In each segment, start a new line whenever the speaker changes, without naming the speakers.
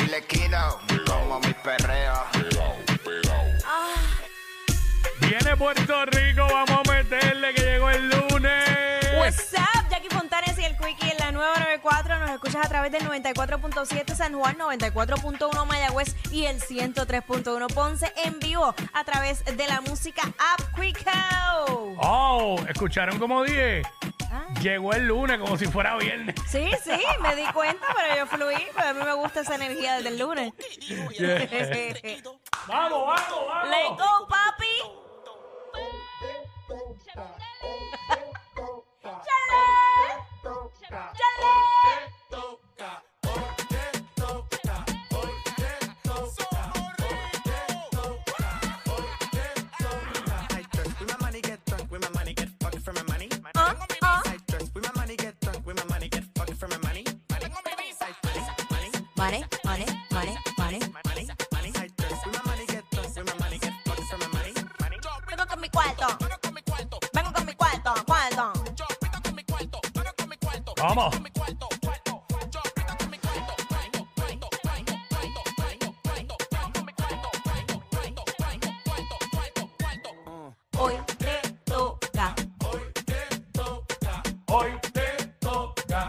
te kilo, como mis perreos.
Viene Puerto Rico, vamos a meterle que llegó el lunes.
What's up, Jackie Fontanes y el Quickie en la 994. Nos escuchas a través del 94.7 San Juan, 94.1 Mayagüez y el 103.1 Ponce en vivo a través de la música App Quicko.
Oh, ¿escucharon como dije?
Ah.
Llegó el lunes como si fuera viernes.
Sí, sí, me di cuenta, pero yo fluí. Pero a mí me gusta esa energía desde el lunes.
¡Vamos, vamos,
Let
vamos!
go, papi. Chale. Chale.
I trust with my money get drunk with my money get fucked for my money.
Ah, ah.
I trust with my money get drunk with my money get fucked for my money. Money, money,
Money, money, money, money.
money, money. I trust with my money get drunk with my money get fucked for my money. Money,
Vengo con mi cuarto. Vengo con mi cuarto, cuarto.
¡Vamos!
Hoy te toca.
Hoy te toca.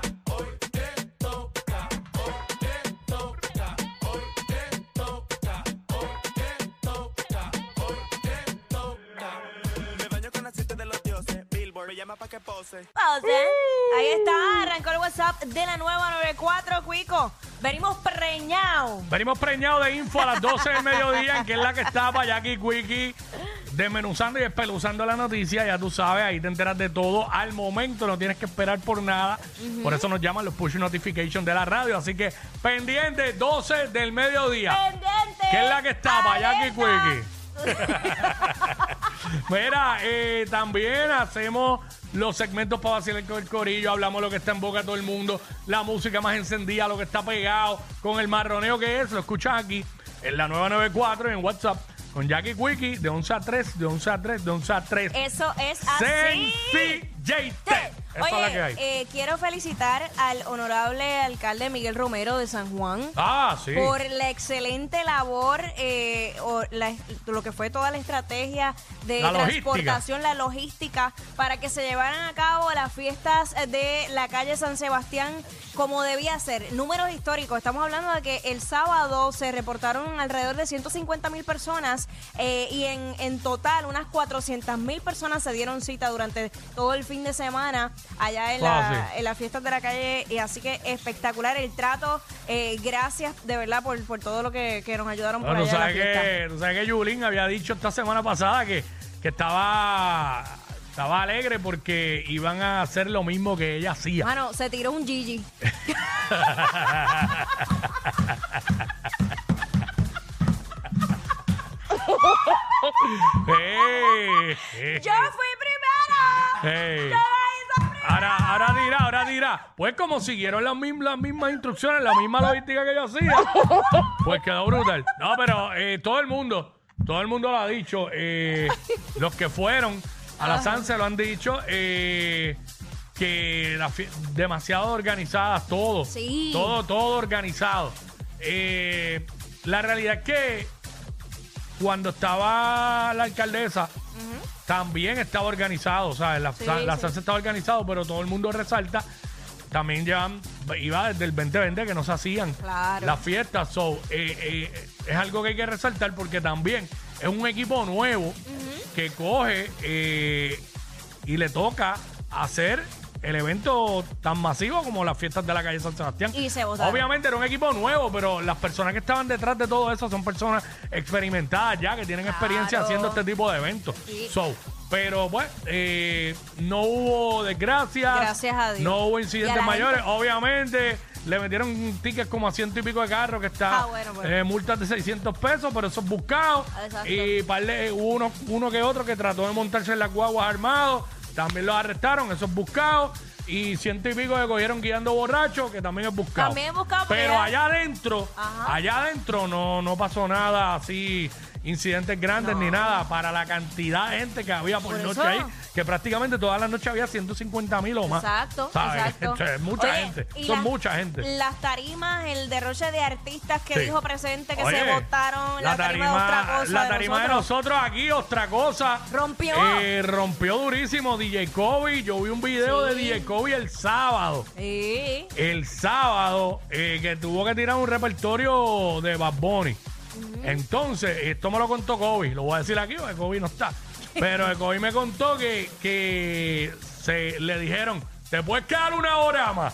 me baño con aceite de los dioses. Billboard me llama pa que pose.
Pausa. Ahí está, arrancó el WhatsApp de la nueva 94, Cuico. Venimos preñados.
Venimos preñados de info a las 12 del mediodía, en que es la que está para Jackie Quickie, desmenuzando y espeluzando la noticia. Ya tú sabes, ahí te enteras de todo al momento, no tienes que esperar por nada. Por eso nos llaman los push notification de la radio. Así que pendiente, 12 del mediodía.
Pendiente.
¿Qué es la que está para Jackie
Alerta.
Quickie? Mira, eh, también hacemos los segmentos para vacilar con el corillo, hablamos lo que está en boca de todo el mundo, la música más encendida, lo que está pegado, con el marroneo que es, lo escuchas aquí en la 994 en WhatsApp con Jackie Quickie de 11 a 3, de 11 a 3, de 11 a 3.
Eso es así.
Sencillete. Esa es la que hay.
Oye, eh, quiero felicitar al honorable alcalde Miguel Romero de San Juan.
ah, sí.
por la excelente labor, eh, o la- lo que fue toda la estrategia de
La logística.
transportación, la logística, para que se llevaran a cabo las fiestas de la calle San Sebastián como debía ser. Números históricos, estamos hablando de que el sábado se reportaron alrededor de 150 mil personas eh, y en, en total unas 400 mil personas se dieron cita durante todo el fin de semana allá en
Fácil.
la, en las fiestas de la calle y así que espectacular el trato. Eh, gracias de verdad por, por todo lo que, que nos ayudaron
No,
por
tú,
allá en la
sabes
fiesta.
que, tú sabes que Yulín había dicho esta semana pasada que, que estaba, estaba alegre porque iban a hacer lo mismo que ella hacía.
Mano, se tiró un Gigi. Ah,
¡Ey! ¡Ey!
¡Yo fui primero!
¡Ey!
¡Yo la hice primero!
Ahora, ahora dirá, ahora dirá. Pues como siguieron las, mism- las mismas instrucciones, la misma logística que yo hacía, pues quedó brutal. No, pero eh, todo el mundo, todo el mundo lo ha dicho. eh, los que fueron a la Sanse lo han dicho. eh, que la fie- demasiado organizadas, todo.
Sí.
Todo, todo organizado. Eh, la realidad es que cuando estaba la alcaldesa, también estaba organizado. O sea, la,
Sí,
la, la
sí.
salsa estaba organizado, pero todo el mundo resalta. También llevan, iba desde el 2020 que no se hacían
Claro.
las fiestas. So, eh, eh, es algo que hay que resaltar porque también es un equipo nuevo que coge eh, y le toca hacer el evento tan masivo como las fiestas de la calle San Sebastián.
Y se votaron.
Obviamente era un equipo nuevo, pero las personas que estaban detrás de todo eso son personas experimentadas ya, que tienen experiencia
Claro.
haciendo este tipo de eventos.
Sí.
So, pero bueno, eh, no hubo desgracias.
Gracias a Dios.
No hubo
Y a
incidentes
la
mayores. Obviamente le metieron tickets como a ciento y pico de carros que está
Ah, bueno, bueno.
eh, multas de 600 pesos, pero eso es buscado.
Exacto.
Y par de- hubo uno, uno que otro que trató de montarse en las guaguas armados. También los arrestaron, eso es buscado. Y ciento y pico que cogieron guiando borrachos, que también es buscado.
También es buscado, porque
Pero
ya-
allá adentro,
Ajá.
allá adentro no, no pasó nada así incidentes grandes ni nada para la cantidad de gente que había por,
Por
noche
eso.
ahí, que prácticamente todas las noches había 150 mil o más.
Exacto,
¿Sabes?
exacto.
Esto es mucha
Oye,
gente,
y
son
las-
mucha gente.
Las tarimas, el derroche de artistas que
Sí.
dijo presente que
Oye,
se votaron, la, tarima, de otra cosa.
La tarima de
nosotros.
nosotros aquí, otra cosa.
Rompió.
Eh, rompió durísimo DJ Kobe. Yo vi un video de
Sí.
DJ Kobe el sábado.
Sí.
El sábado eh, que tuvo que tirar un repertorio de Bad Bunny. Entonces, esto me lo contó Kobe. Lo voy a decir aquí porque Kobe no está. Pero eh, Kobe me contó que, que se, le dijeron, te puedes quedar una hora más.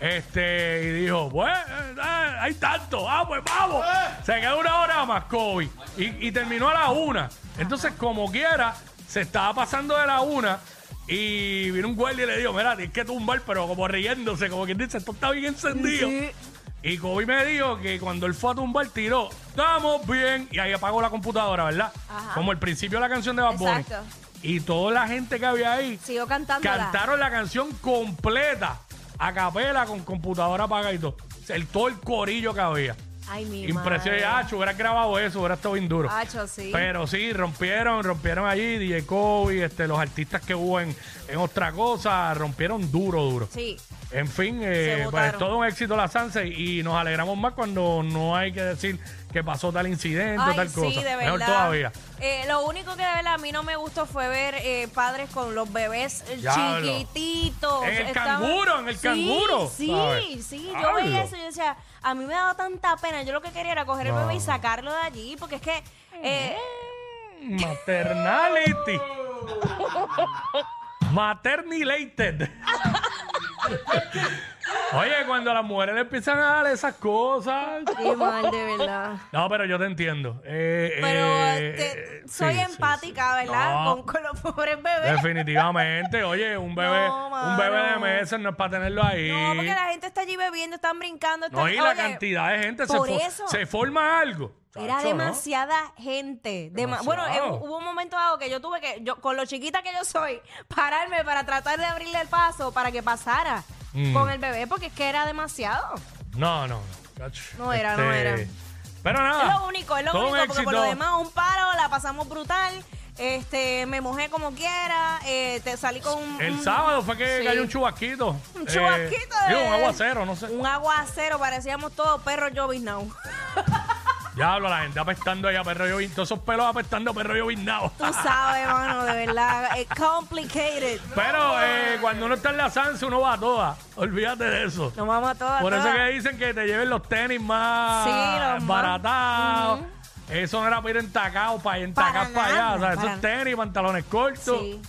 Este, y dijo, pues, eh, eh, hay tanto, ah, pues vamos.
Eh.
Se quedó una hora más, Kobe. Y, y terminó a la una. Entonces, como quiera, se estaba pasando de la una. Y vino un guardia y le dijo, mira, tienes que tumbar, pero como riéndose, como quien dice, esto está bien encendido. Y Kobe me dijo que cuando él fue a tumbar, tiró, estamos bien. Y ahí apagó la computadora, ¿verdad?
Ajá.
Como el principio de la canción de Bad Bunny.
Exacto.
Y toda la gente que había ahí
Sigo cantando.
cantaron la canción completa a capela con computadora apagada y todo. El, todo el corillo que había.
Ay, mi madre.
Impresionante. Hacho, hubieras grabado eso, hubiera estado bien duro.
Hacho, sí.
Pero sí, rompieron, rompieron allí, DJ Kobe, este, los artistas que hubo en, en otra cosa, rompieron duro, duro.
Sí.
En fin, eh,
Se
pues
votaron.
todo un éxito la Sanse y nos alegramos más cuando no hay que decir que pasó tal incidente o
Ay,
tal cosa.
Sí, de verdad.
Mejor todavía.
Eh, lo único que de verdad a mí no me gustó fue ver eh, padres con los bebés eh,
Diablo.
chiquititos.
En el
Estaban-
canguro, en el
Sí,
canguro,
Sí,
¿sabes?
sí. Yo
Diablo.
veía eso y yo decía, a mí me daba tanta pena. Yo lo que quería era coger el bebé y sacarlo de allí, porque es que. eh,
Maternality. Maternilated. Oye, cuando a las mujeres le empiezan a dar esas cosas.
qué mal, de verdad.
No, pero yo te entiendo. Eh,
Pero
eh,
te-
eh,
soy
sí, sí,
empática,
sí.
¿verdad?
No,
Con, con los pobres bebés.
definitivamente. Oye, un bebé,
No,
un bebé de
mano.
meses no es para tenerlo ahí.
No, porque la gente está allí bebiendo, están brincando. Están,
No, y la
Oye,
cantidad de gente se,
por
fo-
eso.
se forma algo.
Era
Chacho, ¿no?
demasiada gente. Dema-
Demasiado.
bueno, eh, hu- hubo un momento dado que yo tuve que, yo, con lo chiquita que yo soy, pararme para tratar de abrirle el paso para que pasara
Mm.
con el bebé, porque es que era demasiado.
No, no, no. chacho. Este,
No era, no era.
Pero nada.
es lo único, es lo
Ah, todo un
único, porque por lo
éxito.
demás, un paro, la pasamos brutal. Este, me mojé como quiera, eh, te salí con un.
El
un-
sábado fue que
Sí.
cayó un chubasquito.
Un
Eh,
chubasquito de.
digo, un aguacero, no sé.
Un aguacero, parecíamos todos perros lloviznados.
Diablo, la gente apestando allá, perro lloviznado. Todos esos pelos apestando, perro lloviznado.
Tú sabes, mano, de verdad. Es complicated.
Pero eh, cuando uno está en la Sanse, uno va a todas. Olvídate de eso.
Nos vamos a todas.
Por eso
todas.
que dicen que te lleven los tenis más
Sí, los más.
baratados. Eso no era para ir entacado, para ir entacado para,
Para nada,
allá. O sea,
para
esos tenis, pantalones cortos,
Sí.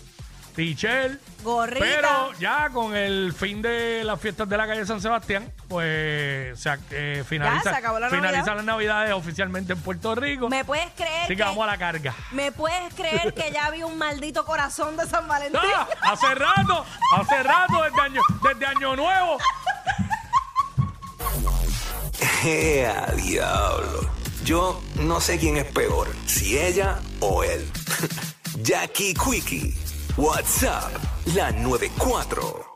t-shirt.
Gorrita.
Pero ya con el fin de las fiestas de la calle San Sebastián, pues se, ac- eh, finaliza,
se acabó la
finalizan
Navidad.
las navidades oficialmente en Puerto Rico.
¿Me eh, puedes creer
Así que
que,
vamos a la carga.
¿Me puedes creer que ya había un maldito corazón de San Valentín?
¡Ah! Hace rato, hace rato, desde año, desde año nuevo.
¡Ea, diablo! Yo no sé quién es peor, si ella o él. Jackie Quickie, WhatsApp, la 94.